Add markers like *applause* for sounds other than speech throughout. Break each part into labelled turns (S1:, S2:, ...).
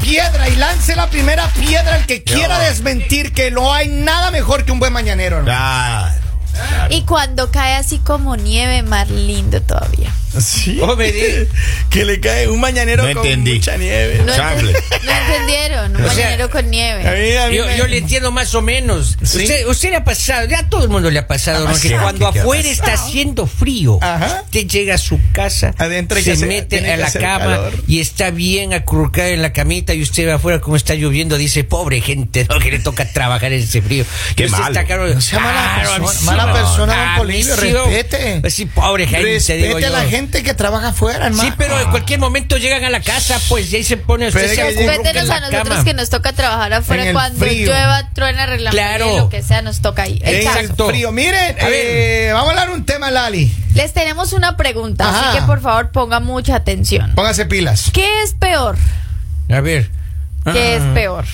S1: piedra y lance la primera piedra el que quiera desmentir que no hay nada mejor que un buen mañanero. hermano.
S2: Claro.
S3: Y cuando cae así como nieve, más lindo todavía.
S4: Sí.
S1: Oh, *laughs* vení.
S4: que le cae un mañanero
S2: No
S4: con
S2: entendí.
S4: mucha nieve.
S3: No,
S2: Chanfle.
S3: no entendieron, un
S1: O sea,
S3: mañanero con
S4: A
S3: nieve.
S4: mí- a mí
S5: Yo,
S4: me-
S5: yo le entiendo más o menos.
S4: Sí.
S5: Usted, usted le ha pasado, ya a todo el mundo le ha pasado,
S2: Ah,
S5: ¿no? Que
S2: sí,
S5: cuando
S2: ¿qué te ha
S5: afuera
S2: pasado?
S5: está haciendo frío,
S4: Ajá.
S5: usted llega a su casa,
S4: Adentro hay que
S5: se
S4: hacer- tiene
S5: mete a
S4: que
S5: la
S4: hacer
S5: cama
S4: calor.
S5: y está bien acurrucado en la camita y usted va afuera como está lloviendo, dice, pobre gente, ¿no? que le toca trabajar en ese frío. Y
S2: Qué
S5: usted
S2: malo.
S5: está claro,
S1: No sea mala
S5: claro, a mí
S1: persona-
S5: sí,
S1: mala
S5: no.
S1: persona, don
S5: A mí
S1: Polibio,
S5: sí, no.
S1: respete.
S5: Sí, pobre gente, digo
S1: Respete a
S5: yo.
S1: la gente que trabaja afuera, hermano.
S5: Sí, pero en cualquier momento llegan a la casa, pues, y ahí se pone usted
S4: Pero
S5: se
S4: es que
S5: acurruca en
S3: Cuéntenos
S5: la
S3: a nosotros
S5: cama.
S3: que nos toca trabajar
S1: En
S3: afuera
S1: el
S3: cuando
S1: frío.
S3: llueva, truena, reglamento,
S5: Claro.
S3: lo que sea, nos toca ahí.
S5: Exacto.
S3: Exacto.
S1: Frío. Miren,
S5: A
S1: eh, vamos a hablar un tema, Lali.
S3: Les tenemos una pregunta,
S1: Ajá.
S3: así que por favor ponga mucha atención.
S1: Póngase pilas.
S3: ¿Qué es peor?
S5: A ver.
S3: ¿Qué es
S5: Ah,
S3: peor?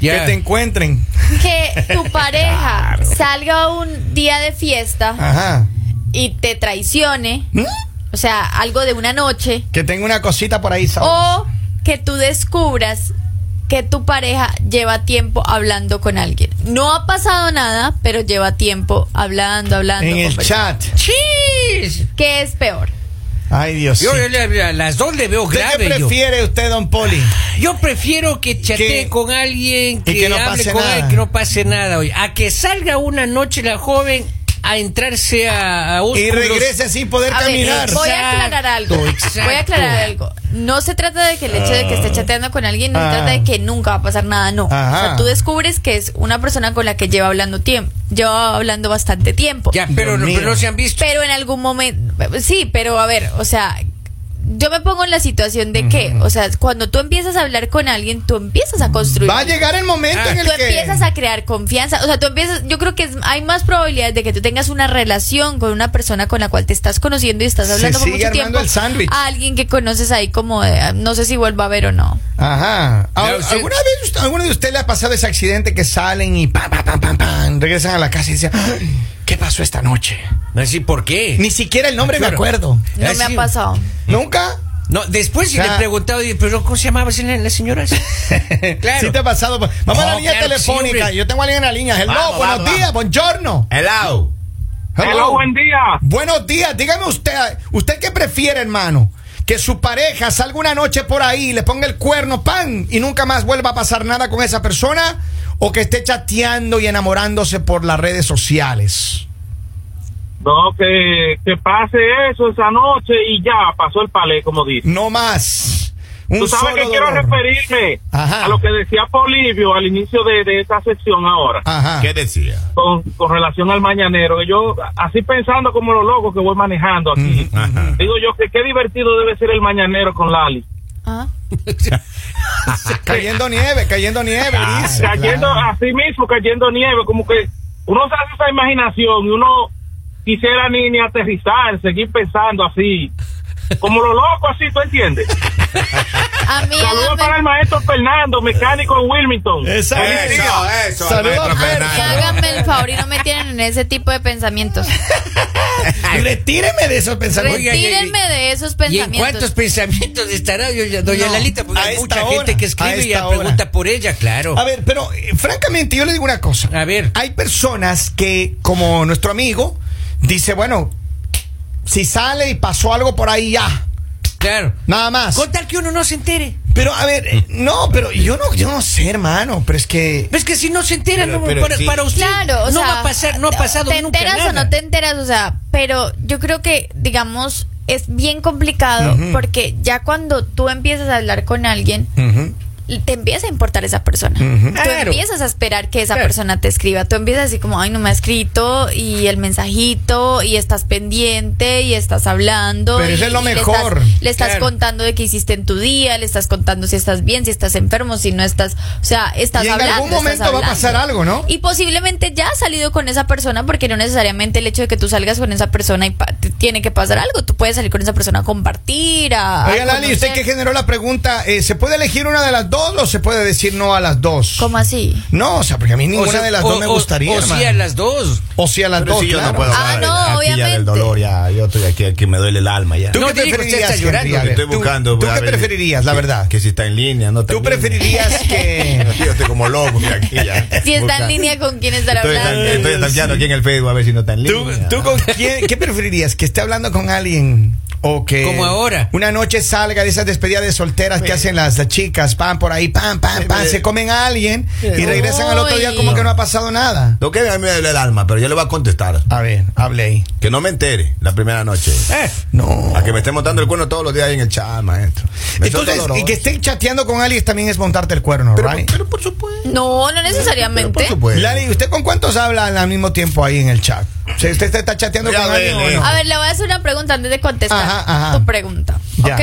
S4: Que
S5: ya.
S4: te encuentren.
S3: Que tu pareja salga un día de fiesta
S1: Ajá.
S3: y te traicione,
S1: ¿Mm?
S3: o sea, algo de una noche,
S1: Que tengo una cosita por ahí, ¿sabes?
S5: Oh,
S3: o que tú descubras que tu pareja lleva tiempo hablando con alguien. No ha pasado nada, pero lleva tiempo hablando, hablando.
S1: en el chat.
S3: conversando.
S5: ¡Chis!
S3: ¿Qué es peor?
S1: Ay, Dios.
S5: Yo,
S1: sí.
S5: yo le- a las dos le veo
S1: ¿Usted qué
S5: grave. Yo.
S1: prefiere usted, don Poli?
S5: yo prefiero que chatee
S1: Que-
S5: con alguien, que,
S1: que no
S5: hable
S1: pase
S5: con
S1: nada.
S5: alguien, que no pase nada. Oye. A que salga una noche la joven a entrarse a, a
S1: Y
S5: ósculos.
S1: regrese sin poder
S3: A ver,
S1: caminar.
S3: voy a aclarar
S5: Exacto,
S3: algo.
S5: exacto.
S3: Voy a aclarar algo. No se trata de que el hecho de que esté chateando con alguien, no
S1: Ah.
S3: se trata de que nunca va a pasar nada, no.
S1: Ajá.
S3: O sea, tú descubres que es una persona con la que lleva hablando tiempo, lleva hablando bastante tiempo.
S5: Ya, pero
S1: Dios
S5: no,
S1: mío.
S5: pero no se han visto.
S3: Pero en algún momento, sí, pero a ver, o sea, yo me pongo en la situación de que, o sea, cuando tú empiezas a hablar con alguien, tú empiezas a construir.
S1: Va a llegar el momento
S5: Ah.
S1: en el
S3: Tú
S1: que.
S3: empiezas a crear confianza, o sea, tú empiezas, yo creo que es- hay más probabilidades de que tú tengas una relación con una persona con la cual te estás conociendo y estás
S1: Se
S3: hablando por
S1: sigue
S3: mucho
S1: armando
S3: tiempo
S1: el sándwich.
S3: a alguien que conoces ahí como de, no sé si vuelva a ver o no.
S1: Ajá.
S5: Pero eh,
S1: ¿Al-
S5: sí.
S1: ¿Alguna vez usted- alguno de ustedes le ha pasado ese accidente que salen y pam, pam, pam, pam, pam, regresan a la casa y dicen, "Ay, ¿qué pasó esta noche?
S5: Así, ¿por qué?
S1: Ni siquiera el nombre me
S5: Claro.
S1: acuerdo.
S3: No
S5: Ah,
S3: me
S5: sí.
S3: ha pasado.
S1: ¿Nunca?
S5: No, después si
S1: O
S5: le
S1: sea-
S5: he preguntado, digo, pero ¿cómo se llamaba la,
S1: *laughs*
S5: la señora?
S1: Sí te ha pasado. Vamos a la
S5: No,
S1: línea
S5: claro que sí,
S1: telefónica.
S5: hombre.
S1: Yo tengo a alguien en la línea. Hello,
S2: Vamos,
S1: buenos
S2: vamos,
S1: días, buongiorno.
S2: Hello.
S1: Hello.
S6: Hello, buen día.
S1: Buenos días. Dígame usted, ¿usted qué prefiere, hermano? Que su pareja salga una noche por ahí, le ponga el cuerno, pan, y nunca más vuelva a pasar nada con esa persona, o que esté chateando y enamorándose por las redes sociales.
S6: No, que, que pase eso esa noche y ya, pasó el palé, como dice.
S1: No más. Un
S6: Tú sabes
S1: solo
S6: que quiero
S1: dolor.
S6: referirme
S1: Ajá.
S6: a lo que decía Polivio al inicio de, de esta sesión ahora,
S1: Ajá.
S2: ¿Qué decía?
S6: con, con relación al mañanero. Que yo, así pensando como los locos que voy manejando aquí,
S2: Ajá.
S6: digo yo que qué divertido debe ser el mañanero con Lali.
S3: Ah.
S1: Cayendo nieve, cayendo nieve,
S2: Ah,
S1: dice.
S6: cayendo
S1: Claro.
S6: así mismo, cayendo nieve, como que uno se hace esa imaginación y uno quisiera ni, ni aterrizar, seguir pensando así, como lo loco así, ¿tú entiendes?
S3: A mí
S6: Saludos para el maestro Fernando, mecánico en Wilmington.
S1: Feliz
S2: Eso,
S1: día.
S2: eso, al
S1: Saludos,
S2: maestro
S1: Fer.
S2: Fernando.
S3: háganme el favor y no me tienen en ese tipo de pensamientos.
S1: Retíreme de esos pensamientos.
S5: Oiga,
S3: Retírenme de esos
S5: ¿Y en cuántos
S3: pensamientos.
S5: pensamientos estará yo, ya- doña
S1: No,
S5: Lalita? Porque
S1: a
S5: hay
S1: esta
S5: mucha
S1: hora,
S5: gente que
S1: a
S5: escribe y
S1: esta
S5: ya
S1: hora.
S5: pregunta por ella, claro.
S1: A ver, pero eh, francamente yo le digo una cosa.
S5: A ver.
S1: Hay personas que, como nuestro amigo, dice, bueno, si sale y pasó algo por ahí ya,
S5: Claro.
S1: nada más.
S5: Con tal que uno no se entere.
S1: Pero a ver, eh, no, pero yo no, yo no sé, hermano, pero es que
S5: Ves que si no se entera,
S2: Pero-
S5: no,
S2: pero
S5: para,
S2: sí.
S5: para usted
S3: Claro, o
S5: no
S3: sea,
S5: va a pasar, no ha pasado
S3: ¿Te
S5: nunca
S3: enteras
S5: nada.
S3: o no te enteras? O sea, pero yo creo que, digamos, es bien complicado porque ya cuando tú empiezas a hablar con alguien, te empieza a importar esa persona. Tú
S5: Claro.
S3: empiezas a esperar que esa
S5: Claro.
S3: persona te escriba. Tú empiezas así como, ay, no me ha escrito, y el mensajito, y estás pendiente, y estás hablando.
S1: Pero
S3: y-
S1: eso es lo
S3: y le
S1: mejor.
S3: estás- Le estás,
S5: Claro.
S3: contando de qué hiciste en tu día, le estás contando si estás bien, si estás enfermo, si no estás. O sea, estás
S1: Y en
S3: hablando.
S1: algún
S3: estás
S1: momento va a
S3: hablando.
S1: pasar algo, ¿no?
S3: Y posiblemente ya has salido con esa persona porque no necesariamente el hecho de que tú salgas con esa persona y pa- te- tiene que pasar algo. Tú puedes salir con esa persona a compartir, a...
S1: Oiga,
S3: a
S1: Lali, usted
S3: conocer.
S1: que generó la pregunta, eh, ¿se puede elegir una de las dos o se puede decir no a las dos?
S3: ¿Cómo así?
S1: No, o sea, porque a mí ninguna
S5: O sea,
S1: de las
S5: o-
S1: dos me
S5: o-
S1: gustaría.
S5: O sí
S1: hermano.
S5: a las dos.
S1: O sí a las
S2: Pero
S1: dos.
S2: si yo
S1: claro.
S2: no puedo
S3: Ah,
S2: más,
S3: no,
S2: aquí ya
S3: obviamente.
S2: del dolor, ya, yo estoy aquí, aquí me duele el alma ya.
S1: ¿Tú
S5: No,
S1: qué
S5: Diego, usted
S1: preferirías?
S5: está
S1: que
S5: llorando.
S1: haría? A ver,
S2: estoy
S1: tú-
S2: buscando.
S1: ¿Tú
S2: a
S1: qué
S2: ver,
S1: preferirías, la
S2: que-
S1: verdad?
S2: Que si está en línea, no está
S1: ¿Tú
S2: en línea.
S1: preferirías que.?
S2: *laughs* Yo estoy como loco
S1: *laughs*
S2: aquí ya.
S3: Si está
S2: Busca-
S3: en línea con quién estar
S2: Estoy,
S3: hablando.
S2: estoy stalkeando aquí en el Facebook a ver si no está en
S1: ¿Tú,
S2: línea.
S1: tú con quién, qué preferirías? ¿Que esté hablando con alguien? O que
S5: Como ahora.
S1: una noche salga de esas despedidas de solteras que hacen las, las chicas, pan por ahí, pan, pan, pan,
S2: eh,
S1: se comen a alguien y
S2: eh,
S1: regresan al otro día como
S3: uy.
S1: que no ha pasado nada.
S2: Lo que a mí me duele el alma, pero yo le voy a contestar.
S1: A ver, hable ahí.
S2: Que no me entere la primera noche.
S3: Ah.
S5: Eh,
S1: No.
S2: A que me esté montando el cuerno todos los días ahí en el chat, maestro. Me suelta
S1: Entonces,
S2: dolor.
S1: y que estén chateando con alguien también es montarte el cuerno,
S2: pero, pues,
S1: right?
S2: pero por supuesto.
S3: No, no
S2: Pero por
S3: necesariamente.
S2: supuesto.
S1: Lali, ¿usted con cuántos hablan al mismo tiempo ahí en el chat? O sea, ¿Usted está chateando
S2: Ya
S1: con
S2: ve,
S1: alguien o no?
S2: lejos.
S3: A ver, le voy a hacer una pregunta antes de contestar
S1: Ajá, ajá.
S3: tu pregunta.
S1: Ya.
S3: Ok.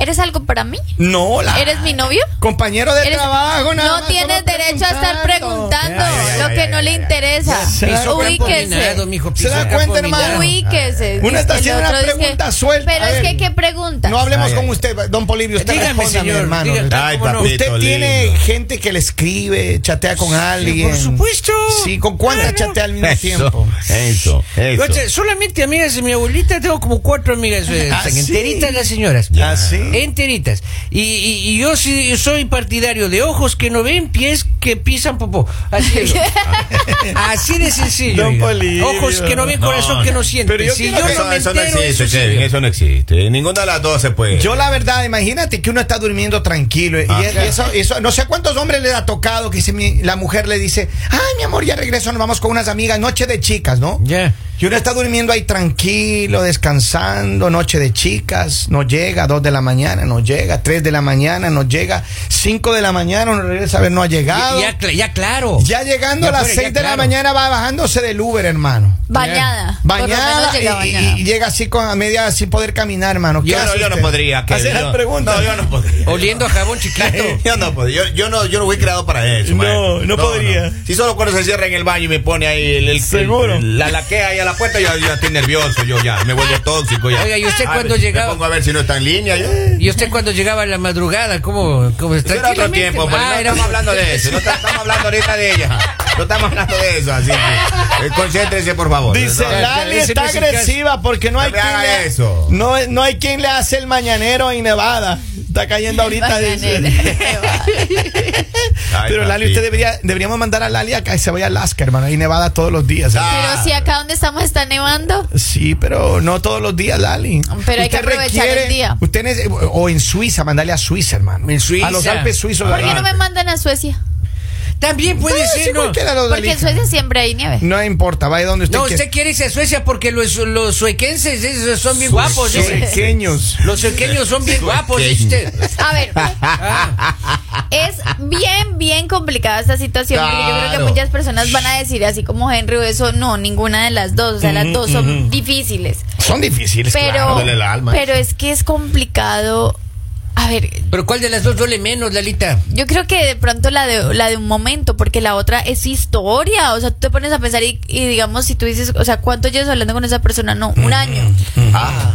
S3: ¿Eres algo para mí?
S1: No, la.
S3: ¿Eres mi novio?
S1: Compañero de
S3: Eres-
S1: trabajo, nada
S3: no
S1: más,
S3: tienes
S1: solo
S3: derecho a estar preguntando
S2: Ya, ya, ya,
S3: lo
S2: ya,
S3: que
S2: ya,
S3: no
S2: ya,
S3: le
S2: ya.
S3: interesa.
S1: piso
S3: Ubíquese.
S5: campominado, mijo,
S1: ¿Se
S5: piso
S1: da cuenta,
S5: campominado.
S1: hermano?
S3: Ubíquese.
S1: Uno está
S3: El
S1: haciendo una
S3: otro dice-
S1: pregunta suelta.
S3: Pero
S1: A
S3: es
S1: ver,
S3: que, ¿qué pregunta?
S1: No hablemos
S2: Ay,
S1: con
S2: ay.
S1: usted, don Polivio. Usted
S5: Dígame,
S1: respóndame,
S5: señor,
S1: hermano.
S5: dígame.
S1: ¿verdad?
S2: Ay,
S5: ¿Cómo no?
S2: papito
S1: Usted tiene
S2: lindo.
S1: gente que le escribe, chatea con alguien.
S5: por supuesto.
S1: Sí, ¿con cuántas
S5: Claro.
S1: chatea al mismo
S2: Eso,
S1: tiempo?
S2: eso, eso.
S5: Oye, solamente amigas de mi abuelita, tengo como cuatro amigas. eh,
S1: ¿Ah,
S5: están
S1: sí?
S5: Enteritas las señoras.
S1: ¿Ah, sí?
S5: Enteritas. Y, y- y yo sí soy partidario de ojos que no ven, pies que pisan popó. Así es. Así de sencillo.
S1: Don
S5: oiga.
S1: Polibio.
S5: Ojos que no ven,
S2: No,
S5: corazón que
S2: no.
S5: no siente.
S1: Pero yo
S5: si
S1: creo que
S5: yo no
S2: eso,
S5: me
S2: eso no
S5: entero,
S2: existe,
S5: eso sí.
S2: Kevin, eso no existe. Ninguna de las dos se puede.
S1: Yo la verdad, imagínate que uno está durmiendo tranquilo y,
S2: Ah.
S1: y eso, y eso- no sé cuántos hombres le ha tocado que si mi- la mujer le dice, ay mi amor, ya regreso, nos vamos con unas amigas, noche de chicas, ¿no?
S5: Ya.
S1: Y uno está durmiendo ahí tranquilo, descansando, noche de chicas, no llega, dos de la mañana, no llega, tres de la mañana, no llega, cinco de la mañana, uno regresa a ver, no ha llegado.
S5: Ya, cl- ya claro.
S1: Ya llegando
S5: Ya
S1: a las
S5: fuera, ya
S1: seis de la
S5: claro.
S1: mañana va bajándose del Uber, hermano.
S3: Bañada. Por lo menos
S1: Bañada
S3: llega
S1: y, y-
S3: bañada.
S1: y llega así con a media sin poder caminar, hermano. ¿Qué
S2: Yo no,
S1: hace
S2: yo no
S1: usted?
S2: podría. Kevin,
S1: Hacer
S2: yo-
S1: las preguntas.
S2: No, yo no podría.
S5: Oliendo a jabón chiquito.
S2: *laughs* Yo no podría. Yo, yo no, yo no fui creado para eso.
S1: No,
S2: maestro.
S1: no podría.
S2: Si solo cuando se cierra en el baño y me pone ahí el, el-
S1: Seguro.
S2: el- la laquea ahí a la puerta, yo yo ya estoy nervioso, yo ya me vuelvo tóxico ya.
S5: Oiga, ¿y usted
S2: A
S5: cuándo
S2: ver,
S5: llegaba?
S2: Me pongo a ver si no está en línea. yo-
S5: Y usted cuando llegaba a la madrugada, ¿cómo? cómo Ah,
S2: Eso era otro tiempo, porque
S3: Ah,
S2: no estamos hablando de eso. No estamos hablando ahorita de ella. No estamos hablando de eso, así que eh, concéntrese, por favor.
S1: Dice,
S2: No,
S1: Lali
S5: ese
S1: está
S5: no es el caso".
S1: agresiva porque no
S2: No
S1: hay,
S2: me
S1: quien
S2: haga
S1: le,
S2: eso.
S1: No, no hay quien le hace el mañanero en Nevada. Está cayendo ahorita. dice.
S2: ay,
S1: Pero Lali,
S2: papito.
S1: usted debería, deberíamos mandar a Lali a que se vaya a Alaska, hermano. Y Nevada todos los días. ¿eh?
S2: Ah.
S3: Pero si acá donde estamos está nevando.
S1: Sí, pero no todos los días, Lali.
S3: Pero hay que
S1: Usted
S3: aprovechar el día.
S1: Usted nece- o en Suiza, mandarle a Suiza, hermano.
S5: En Suiza.
S1: A los Alpes suizos.
S3: ¿Por qué no
S1: adelante.
S3: me mandan a Suecia?
S5: También puede
S1: Ah, sí,
S5: ser, ¿no?
S1: cualquiera de los
S3: Porque en
S1: Lali.
S3: Suecia siempre hay nieve.
S1: No importa, vaya donde usted
S5: No,
S1: quiera.
S5: usted quiere irse a Suecia porque los, los suequenses esos son bien guapos. dice.
S1: Pequeños.
S5: Los suequeños son bien guapos, dice usted.
S3: A
S2: *laughs*
S3: ver, es bien, bien complicada esta situación. Porque yo creo
S2: Claro.
S3: que muchas personas van a decir, así como Henry o eso, no, ninguna de las dos. O sea, las dos son difíciles.
S1: Son difíciles,
S3: Pero,
S1: claro.
S2: duele el alma.
S3: pero es que es complicado. A ver,
S5: Pero ¿cuál de las dos duele menos, Lalita?
S3: yo creo que de pronto la de, la de un momento, porque la otra es historia. O sea, tú te pones a pensar y, y digamos, si tú dices, o sea, ¿cuánto llevas hablando con esa persona? No, un año.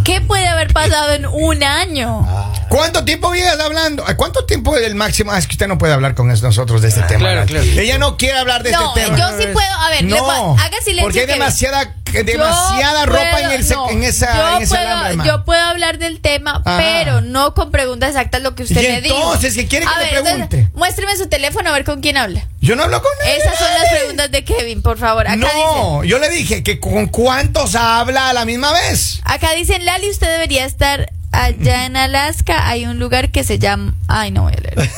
S3: ¿Qué puede haber pasado en un año?
S1: ¿Cuánto tiempo vienes hablando? ¿A ¿Cuánto tiempo es el máximo? Ah, es que usted no puede hablar con es- nosotros de este tema.
S5: Ah, claro,
S1: Lali.
S5: claro.
S1: Ella no quiere hablar de
S3: No,
S1: este tema.
S3: yo sí puedo- a ver, le
S1: no,
S3: puedo- haga silencio,
S1: Porque hay
S3: Kevin.
S1: demasiada, eh,
S3: Yo
S1: demasiada ropa
S3: puedo-
S1: en, el, sec-
S3: no,
S1: en esa,
S3: yo
S1: en ese
S3: puedo,
S1: alambre, hermano.
S3: Yo puedo hablar del tema,
S1: Ah.
S3: pero no con preguntas exactas lo que usted
S1: Y
S3: le dijo.
S1: entonces, ¿qué quiere que
S3: A
S1: le
S3: ver, entonces,
S1: pregunte?
S3: muéstreme su teléfono a ver con quién habla.
S1: Yo no hablo con nadie.
S3: Esas son las preguntas de Kevin, por favor. Acá dicen,
S1: No, yo le dije que con cuántos habla a la misma vez.
S3: acá dicen, Lali, usted debería estar allá en Alaska. Hay un lugar que se llama. Ay, no voy
S1: *laughs*
S3: a leer.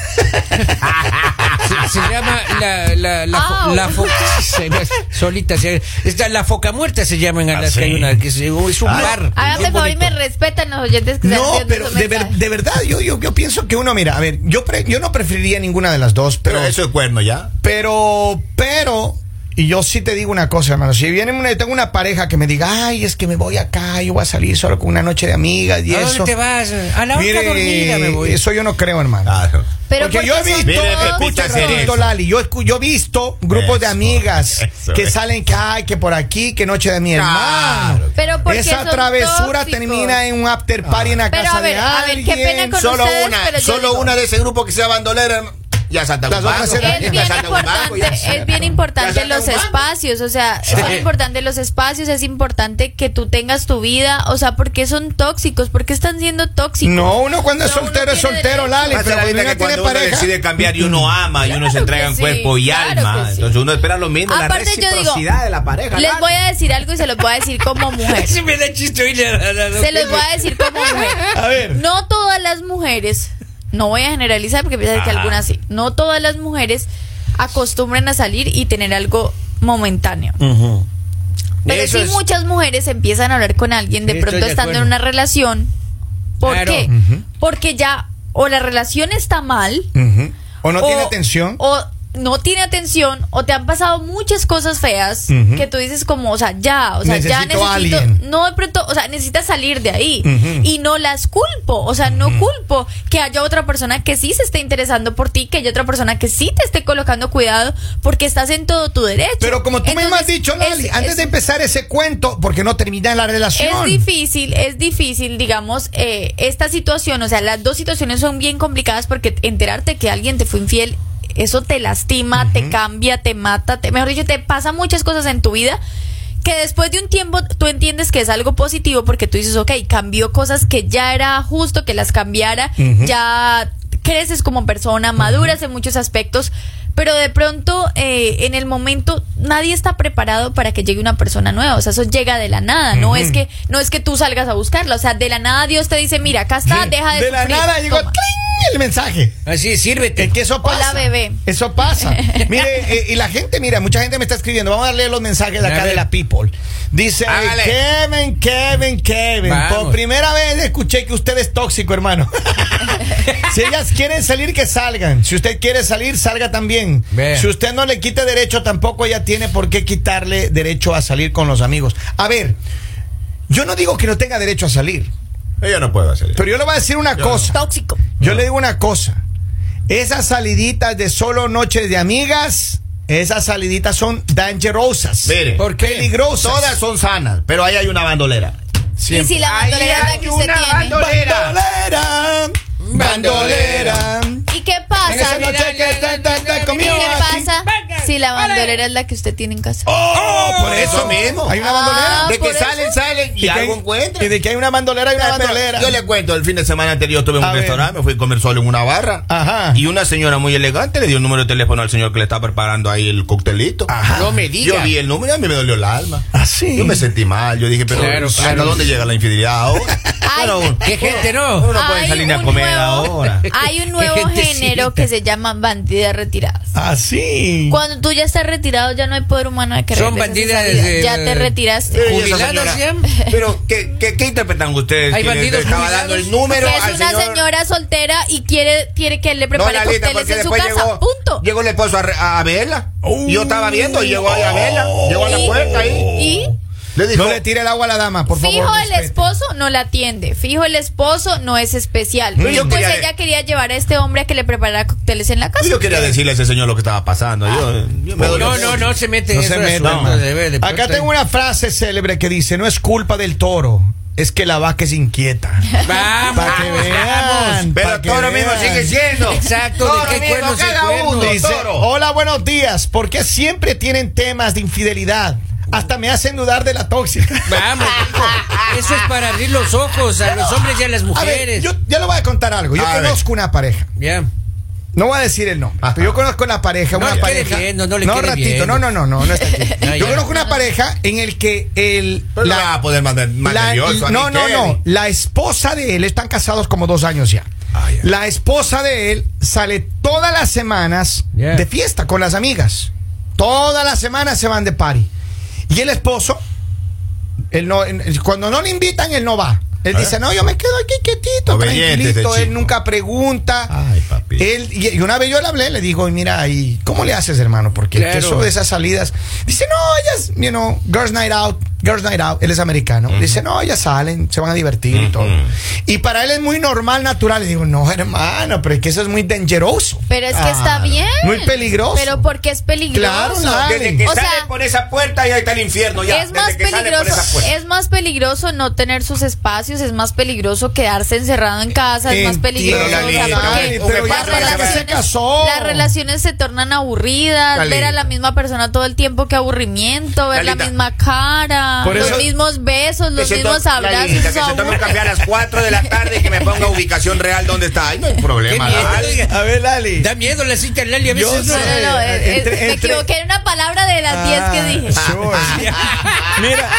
S5: Se, se llama la, la, la, fo-
S3: Au.
S5: la fo- se- no, es- solita. se- está la foca muerta se llama
S1: Ah,
S5: en Alaska.
S2: sí.
S5: hay una que se- oh, es un bar.
S3: Hágame
S5: bien
S3: el favor y
S5: bonito.
S3: me respetan los oyentes que
S1: No,
S3: están
S1: pero de, ver- de verdad, yo, yo, yo pienso que uno, mira, a ver, yo, pre- yo no preferiría ninguna de las dos, pero,
S2: Pero eso es cuerno ya.
S1: pero, pero, Y yo sí te digo una cosa, hermano. Si viene una, tengo una pareja que me diga, ay, es que me voy acá, yo voy a salir solo con una noche de amigas y
S5: ¿A dónde
S1: eso.
S5: te vas? A la
S1: Mire,
S5: horca dormida me voy.
S1: Eso yo no creo, hermano.
S2: Claro.
S3: Pero
S1: porque
S3: ¿por
S1: yo he
S3: qué son
S1: visto,
S2: Ah. Mire,
S3: todos?
S2: Pepita,
S1: escucha,
S2: hacer
S1: ratito,
S2: eso.
S1: Lali, yo, escu- yo he visto grupos de
S2: Eso,
S1: amigas
S2: eso
S1: que
S2: es.
S1: salen que ay, que por aquí, que noche de mi
S2: Claro.
S1: hermano.
S3: Pero porque
S1: Esa
S3: son
S1: travesura
S3: tóxicos.
S1: termina en un after party en la
S3: Pero
S1: casa
S3: a ver,
S1: de
S3: a ver, qué
S1: alguien.
S3: pena con
S2: Solo
S3: ustedes, pero
S2: una,
S3: yo
S2: solo
S3: digo-
S2: una de ese grupo que sea bandolera. hermano. Ya salta
S1: Las
S2: un
S1: otras
S2: banco,
S1: eran-
S3: Es
S2: ya
S3: bien
S2: salta un banco, ya
S3: importante, es
S2: salta.
S3: bien importante
S2: Ya salta
S3: los
S2: un banco.
S3: espacios, o sea,
S5: Sí.
S3: son importantes los espacios, es importante que tú tengas tu vida, o sea, ¿por qué son tóxicos? ¿Por qué están siendo tóxicos?
S1: No, uno cuando es
S3: Pero uno
S1: soltero es
S3: tiene
S1: soltero,
S3: derecho.
S1: Lali,
S2: Pasa
S1: pero cuando
S2: la vida
S1: uno
S2: que
S1: tiene
S2: cuando uno
S1: pareja.
S2: decide cambiar y uno ama y uno se
S3: Claro
S2: entrega
S3: que
S2: en
S3: sí,
S2: cuerpo y
S3: claro
S2: alma,
S3: que sí.
S2: entonces uno espera lo mismo, la
S3: Aparte, yo digo,
S2: reciprocidad de la pareja.
S3: Les
S2: claro.
S3: voy a decir algo y se los voy a decir como
S5: *laughs*
S3: mujer.
S5: Sí me da chiste oírle a la- la- la-
S3: Se los voy a decir como mujer.
S1: A ver.
S3: No todas las mujeres, no voy a generalizar porque pienso que
S2: Ajá.
S3: algunas sí, no todas las mujeres acostumbran a salir y tener algo momentáneo. Pero
S5: Eso
S3: si
S5: es-
S3: muchas mujeres empiezan a hablar con alguien de
S5: Sí, estoy
S3: pronto
S5: de
S3: estando en
S5: acuerdo.
S3: una relación, ¿por
S5: Claro.
S3: qué?
S1: Ujú.
S3: Porque ya o la relación está mal,
S1: Ujú. O no tiene atención.
S3: o no tiene atención o te han pasado muchas cosas feas
S1: Ujú.
S3: que tú dices como, o sea, ya, o sea, ya
S1: Necesito
S3: necesito,
S1: a alguien.
S3: no de pronto, o sea, necesitas salir de ahí
S1: Ujú.
S3: y no las culpo, o sea, no culpo que haya otra persona que sí se esté interesando por ti, que haya otra persona que sí te esté colocando cuidado porque estás en todo tu derecho.
S1: Pero como tú mismo has
S3: Entonces,
S1: dicho, Lali,
S3: es-
S1: antes
S3: es-
S1: de empezar ese cuento, porque no termina la relación.
S3: es difícil, es difícil, digamos, eh, esta situación, o sea, las dos situaciones son bien complicadas porque enterarte que alguien te fue infiel, eso te lastima, te cambia, te mata, te, mejor dicho, te pasa muchas cosas en tu vida que después de un tiempo tú entiendes que es algo positivo porque tú dices, ok, cambió cosas que ya era justo que las cambiara, ya creces como persona, maduras en muchos aspectos, pero de pronto eh, en el momento nadie está preparado para que llegue una persona nueva, o sea, eso llega de la nada, no es que no es que tú salgas a buscarla, o sea, de la nada Dios te dice, mira, acá está, deja de
S1: de la
S3: sufrir,
S1: nada llegó
S3: toma".
S1: ¡cling! el mensaje.
S5: Así, sírvete.
S1: Es que eso
S3: Hola,
S1: pasa.
S3: bebé.
S1: Eso pasa.
S3: *laughs*
S1: Mire, eh, y la gente, mira, mucha gente me está escribiendo. Vamos a leer los mensajes de
S5: A
S1: acá
S5: ver.
S1: de la People. Dice,
S5: Hágale.
S1: Kevin, Kevin, Kevin. Por
S5: Vamos.
S1: primera vez escuché que usted es tóxico,
S3: *laughs*
S1: hermano. si ellas quieren salir, que salgan. Si usted quiere salir, salga también.
S5: Bien.
S1: Si usted no le quita derecho, tampoco ella tiene por qué quitarle derecho a salir con los amigos. A ver, yo no digo que no tenga derecho a salir,
S2: Yo no puedo hacer eso.
S1: pero yo le voy a decir una
S2: Yo no.
S1: cosa.
S3: tóxico.
S1: Yo le digo una cosa. Esas saliditas de solo noches de amigas, esas saliditas son dangerosas.
S2: Mire,
S5: ¿Por qué?
S1: Peligrosas.
S2: todas son sanas, pero ahí hay una bandolera.
S3: Y si la bandolera es la que usted tiene.
S1: Bandolera. Bandolera.
S3: ¿Y qué pasa?
S1: Esa noche que ta, ta, ta,
S3: ¿Y
S1: conmigo
S3: qué
S1: aquí.
S3: pasa si la bandolera es la que usted tiene en casa?
S1: Oh, por eso
S2: Eso
S1: mismo.
S2: mismo.
S1: Hay una
S3: Ah,
S1: bandolera.
S2: de que
S3: ¿por eso?
S2: salen, salen y,
S1: que
S2: algo
S1: hay-
S2: encuentran.
S1: y de que hay una bandolera y una
S2: Pero
S1: bandolera.
S2: Yo le cuento, el fin de semana anterior estuve en
S1: A
S2: un
S1: ver.
S2: restaurante, me fui a comer solo en una barra.
S1: Ajá.
S2: Y una señora muy elegante le dio el número de teléfono al señor que le estaba preparando ahí el coctelito.
S1: Ajá.
S5: No me diga.
S2: Yo vi el número y a mí me dolió el alma.
S1: Ah, sí.
S2: Yo me sentí mal. Yo dije, pero
S5: Claro,
S2: ¿hasta
S5: claro.
S2: dónde llega la infidelidad ahora?
S3: Ay,
S2: Bueno,
S5: Qué gente,
S2: uno
S5: ¿no?
S2: no puede
S3: Hay
S2: salir ni a
S3: un
S2: comer
S3: nuevo- *laughs*
S2: ahora.
S3: Hay
S1: *laughs*
S3: un nuevo
S5: Qué gentecita.
S3: género que se llama bandidas retiradas.
S1: Ah, Así.
S3: Cuando tú ya estás retirado, ya no hay poder humano de que
S5: Son
S3: regreses
S5: bandidas,
S3: a esa vida.
S5: eh,
S3: Ya te retiraste.
S2: Sí, esa
S5: Jubilados,
S2: señora.
S5: ¿se llama?
S2: Pero, ¿qué, qué, qué interpretan ustedes?
S5: Hay
S2: que le- le
S5: bandidos
S2: estaba
S5: jubilados.
S2: dando el número
S3: Que es
S2: al
S3: una
S2: señor.
S3: señora soltera y quiere, quiere que le
S2: No,
S3: prepare
S2: Lalita,
S3: cócteles
S2: porque
S3: en su
S2: después
S3: casa.
S2: llegó,
S3: punto.
S2: llegó el esposo a, re- a verla. Yo estaba viendo y llegó ahí a verla. Llegó a la
S3: Y-
S2: puerta ahí.
S3: Y
S2: Le dijo,
S1: No le tire el agua a la dama, por
S3: fijo
S1: favor.
S3: el
S1: respete.
S3: esposo no la atiende. Fijo el esposo no es especial.
S2: Pero yo
S3: pues
S2: quería-
S3: ella quería llevar a este hombre a que le preparara cócteles en la casa.
S2: yo quería decirle a ese señor lo que estaba pasando. Yo, yo me dolió.
S5: No, no, no se meten
S1: Ah. No
S5: en
S1: se
S5: esos
S1: meta,
S5: asuntos,
S1: man.
S5: de ver, de
S1: Acá
S5: pronto-
S1: tengo una frase célebre que dice, no es culpa del toro, es que la vaca es inquieta.
S5: Vamos,
S1: Para que vean.
S2: Pero
S1: pa' que
S2: toro mismo
S1: vean.
S2: sigue siendo.
S5: Exacto,
S2: Toro
S5: ¿de qué
S2: mismo,
S5: cuernos y
S2: cada uno,
S5: cuernos?
S1: Dice,
S2: toro.
S1: hola, buenos días. ¿Por qué siempre tienen temas de infidelidad? Hasta me hacen dudar de la tóxica.
S5: Vamos, hijo. eso es para abrir los ojos a los hombres y a
S1: *laughs*
S5: las
S1: A ver,
S5: mujeres.
S1: yo, yo le voy a contar algo. Yo
S2: A ver.
S1: conozco una pareja.
S5: Ya.
S1: No voy a decir el nombre.
S2: Ajá.
S1: Pero yo conozco una pareja,
S5: No
S1: una
S5: le quede
S1: pareja.
S5: bien, no, no le quede
S1: ratito,
S5: bien.
S1: no, no, no, no, no está aquí.
S5: Ah,
S1: yo
S5: *laughs* ya.
S1: conozco una pareja en el que el
S2: Pero la, va a poder mandar más
S1: La-
S2: nervioso. a
S1: no, no,
S2: Miquel.
S1: no. La esposa de él, están casados como dos años ya.
S2: Ah, ya.
S1: La esposa de él sale todas las semanas
S5: Yeah.
S1: de fiesta con las amigas. Todas las semanas se van de party. Y el esposo, él no, en- cuando no le invitan, él no va. Él
S2: Ah.
S1: dice, no, yo me quedo aquí quietito,
S2: Obediente
S1: tranquilito.
S2: este
S1: Él
S2: chico.
S1: nunca pregunta.
S2: Ay, papi.
S1: Él, y y una vez yo le hablé, le digo, mira, ¿y cómo le haces, hermano? Porque
S5: Claro.
S1: eso de esas salidas. Dice, no, ellas, you know, girls night out, girls night out. Él es americano. Dice, no, ellas salen, se van a divertir y todo.
S2: Ujú.
S1: Y para él es muy normal, natural. Le digo, no, hermano, pero es que eso es muy dangeroso. Ah,
S3: Pero es que
S2: Ah,
S3: está bien.
S1: Muy peligroso. *laughs*
S3: Pero porque es peligroso.
S1: Claro, la-
S2: Desde que
S3: O
S2: sale
S3: sea,
S2: por esa puerta y ahí está el infierno. Ya.
S3: es
S2: Desde
S3: más
S2: que sale por esa
S3: peligroso,
S2: puerta.
S3: es más peligroso no tener sus espacios, es más peligroso quedarse encerrado en casa, es más
S1: Entiendo,
S3: peligroso. o sea,
S2: Lali,
S3: porque
S2: pero Lali,
S3: las
S2: pero ya se
S3: relaciones-
S1: casó.
S3: Las relaciones se tornan aburridas,
S2: Lali.
S3: ver a la misma persona todo el tiempo, qué aburrimiento, ver
S2: Lalita.
S3: la misma cara,
S1: Por eso-
S3: los mismos besos, los
S2: Que se
S3: mismos
S2: tome-
S3: abrazos.
S2: Lalita, que se
S3: aburre-
S2: tome un
S3: *laughs*
S2: café a las 4 de la tarde y que me ponga ubicación real donde está. Ay, no hay problema.
S5: Qué miedo,
S2: Lali.
S5: oiga.
S4: A ver, Lali.
S5: Da miedo la cita al Lali a
S4: Yo
S5: veces.
S3: No,
S5: no.
S3: no, no,
S4: Eh,
S3: eh, eh,
S4: entre-
S3: me
S4: entre-
S3: equivoqué en una palabra de las 10 que
S1: *laughs*
S3: dije.
S4: Ah, sure. Mira,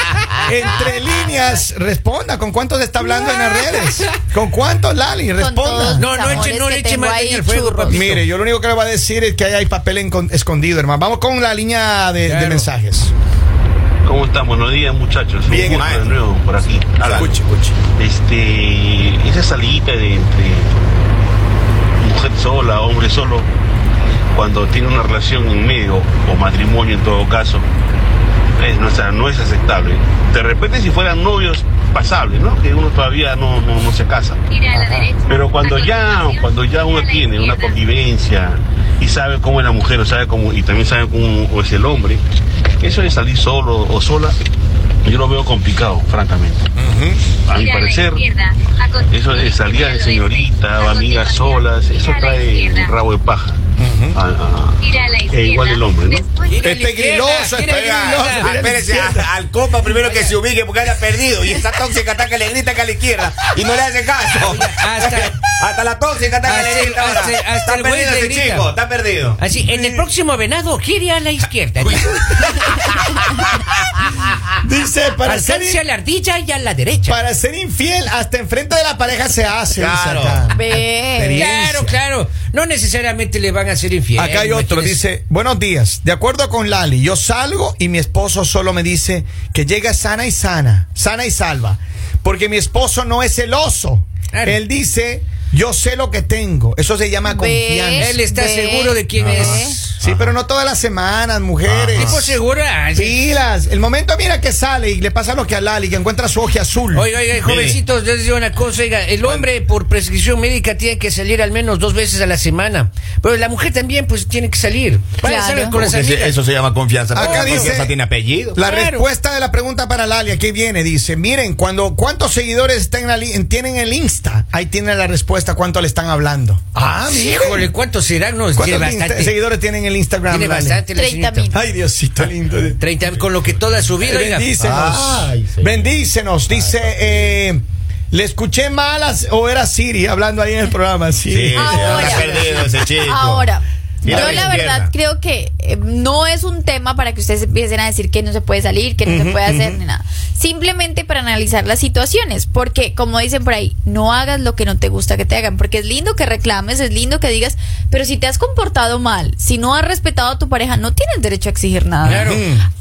S1: Entre líneas, responda. ¿Con cuántos está hablando en las redes? ¿Con cuántos, Lali?
S3: Con todos
S1: Responda.
S5: No,
S3: mis
S5: no eche-
S3: amores
S5: no
S3: que
S5: le eche
S3: tengo
S5: más
S3: ahí,
S5: leña al fuego,
S3: churros.
S5: papi.
S1: Mire, yo lo único que le voy a decir es que ahí hay papel encon- escondido, hermano. Vamos con la línea de, de
S5: Claro.
S1: mensajes.
S7: ¿Cómo están? Buenos días, muchachos. Un
S2: Bien,
S7: gusto
S2: maestro.
S7: de nuevo por aquí. Alan.
S2: Escuche, escuche.
S7: Este, esa salida de entre mujer sola, hombre solo, cuando tiene una relación en medio, o matrimonio en todo caso, es, no, o sea, no es aceptable. De repente, si fueran novios, pasable, ¿no? Que uno todavía no, no- no se casa. Pero cuando ya, cuando ya uno tiene una convivencia y sabe cómo es la mujer, o sabe cómo, y también sabe cómo es el hombre, eso de salir solo o sola, yo lo veo complicado, francamente. A mi parecer, eso de salir de señorita o amigas solas, eso trae un rabo de paja. A- a- e igual el hombre, ¿no?
S5: Mira
S1: Este
S5: la izquierda,
S1: griloso,
S5: mira
S1: este
S5: la
S2: Oiga,
S5: griloso.
S1: griloso.
S2: Ah, espérese a- al compa primero que se ubique porque haya perdido. Y esa tóxica está que le grita que a la izquierda y no le hace caso.
S5: Hasta-
S2: Hasta la tóxica está que
S5: Hasta
S2: le
S5: el-
S2: grita. ahora.
S5: hasta- hasta
S2: está
S5: el güey
S2: perdido
S5: le
S2: ese
S5: grita.
S2: chico, está perdido.
S5: Así, en el próximo venado, gire a la izquierda.
S1: Dice, para ser,
S5: Alcance a
S1: in-
S5: la ardilla y a la derecha.
S1: para ser infiel, hasta enfrente de la pareja se hace. dice
S2: Claro.
S1: acá.
S3: Ve.
S5: Claro, claro. No necesariamente le van a ser infiel.
S1: Acá hay otro,
S5: imagínese.
S1: dice, buenos días, de acuerdo con Lali, yo salgo y mi esposo solo me dice que llega sana y sana, sana y salva, porque mi esposo no es celoso.
S5: Claro.
S1: Él dice, yo sé lo que tengo, eso se llama
S3: Ve.
S1: confianza. Ah.
S5: Él está
S3: Ve.
S5: seguro de quién
S3: Ve.
S5: es.
S1: Sí, pero no todas las semanas, mujeres.
S5: Tipo ah, segura.
S1: Pilas, el momento mira que sale y le pasa lo que a Lali, que encuentra su ojo azul.
S5: Oiga, oiga, jovencitos, yo les digo una cosa, oiga, el hombre por prescripción médica tiene que salir al menos dos veces a la semana, pero la mujer también pues tiene que salir. Vaya,
S3: Claro.
S5: salgan con las
S2: ¿Cómo que se-
S5: amigas.
S2: eso se llama confianza.
S1: Acá
S2: porque
S1: dice-
S2: confianza tiene apellido.
S1: La
S5: Claro.
S1: respuesta de la pregunta para Lali, aquí viene, dice, miren, cuando cuántos seguidores está en la li- en- tienen el Insta, ahí tienen la respuesta cuánto le están hablando.
S5: Ah, híjole, ¿cuántos serán? No, tiene
S1: ¿Cuántos Insta-
S5: bastante.
S1: seguidores tienen el Instagram?
S5: Tiene
S1: Lali?
S5: bastante la
S3: 30
S5: señorita.
S3: mil.
S1: Ay, Diosito lindo.
S5: 30 con lo que toda su vida, oiga. Ah.
S1: Bendícenos.
S2: Ay, señor.
S1: Bendícenos. Dice, eh, le escuché malas o era Siri hablando ahí en el programa. Sí.
S2: Sí, sí,
S3: Ahora.
S2: está perdido ese chico.
S3: Ahora,
S2: Mira
S3: yo la
S2: a izquierda.
S3: verdad creo que eh, no es un tema para que ustedes empiecen a decir que no se puede salir, que no se puede hacer ni nada. Simplemente para analizar las situaciones, porque como dicen por ahí, no hagas lo que no te gusta que te hagan, porque es lindo que reclames, es lindo que digas, pero si te has comportado mal, si no has respetado a tu pareja, no tienes derecho a exigir nada.
S5: Claro.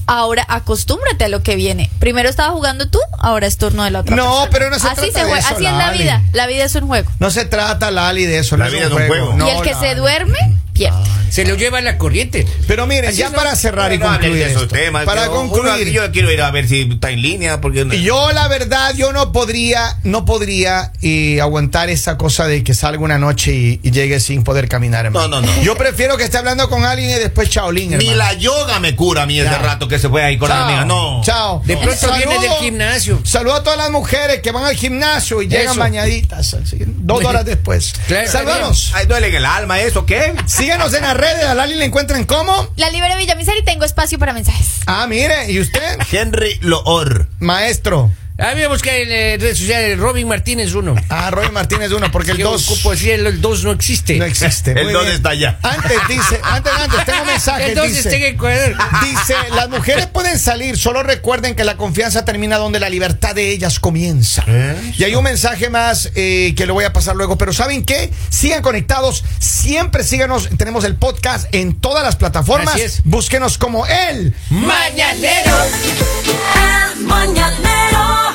S3: Ahora acostúmbrate a lo que viene. Primero estaba jugando tú, ahora es turno de la otra.
S1: No,
S3: persona.
S1: pero no se
S3: así
S1: trata de
S3: juega,
S1: eso,
S3: así es la
S1: Lali.
S3: vida. La vida es un juego.
S1: No se trata, Lali, de eso.
S2: La
S1: no
S2: vida es un juego.
S1: No,
S3: y el que se
S1: Lali.
S3: duerme, pierde.
S5: Se lo lleva la corriente.
S1: Pero miren,
S5: Así
S1: ya
S5: no.
S1: para cerrar y
S2: No hablen
S1: concluir.
S2: de esos
S1: esto,
S2: temas,
S1: para
S2: yo-
S1: concluir.
S2: uno- yo quiero ir a ver si está en línea porque
S1: Y Yo la verdad, yo no podría, no podría eh, aguantar esa cosa de que salga una noche y, y llegue sin poder caminar. hermano.
S2: No, no, no.
S1: Yo prefiero que esté hablando con alguien y después chaolín,
S2: ni
S1: hermano.
S2: la yoga me cura a mí ese
S1: Ya.
S2: rato que se fue ahí con la
S1: Chao,
S2: amiga. No.
S1: Chao.
S5: De
S1: No.
S5: pronto viene del gimnasio.
S1: Saludo a todas las mujeres que van al gimnasio y llegan
S5: Eso.
S1: bañaditas, así, dos horas después.
S5: Claro.
S1: Saludamos.
S2: Ay, duele en el alma eso, ¿qué?
S1: Síganos en las redes, a Lali le encuentran como.
S3: La Libre Villamizar y tengo espacio para mensajes.
S1: Ah, mire, ¿y usted?
S2: Henry Loor.
S1: Maestro.
S5: Habíamos que en eh, redes sociales Robin Martínez uno.
S1: Ah, Roy Martínez uno, porque el
S5: Yo
S1: dos.
S5: ocupo este. decir, el- el 2 no existe.
S1: No existe.
S2: El
S1: Muy
S2: don
S1: bien.
S2: está allá.
S1: Antes dice, antes, antes, tengo
S5: *laughs*
S1: mensaje.
S5: el 2
S1: dice,
S5: está en Ecuador.
S1: Ah. dice, las mujeres pueden salir, solo recuerden que la confianza termina donde la libertad de ellas comienza. Y hay un mensaje más eh, que lo voy a pasar luego, pero ¿saben qué? Sigan conectados, siempre síganos, tenemos el podcast en todas las plataformas,
S5: Así es.
S1: búsquenos como él.
S5: Mañanero.
S8: El mañanero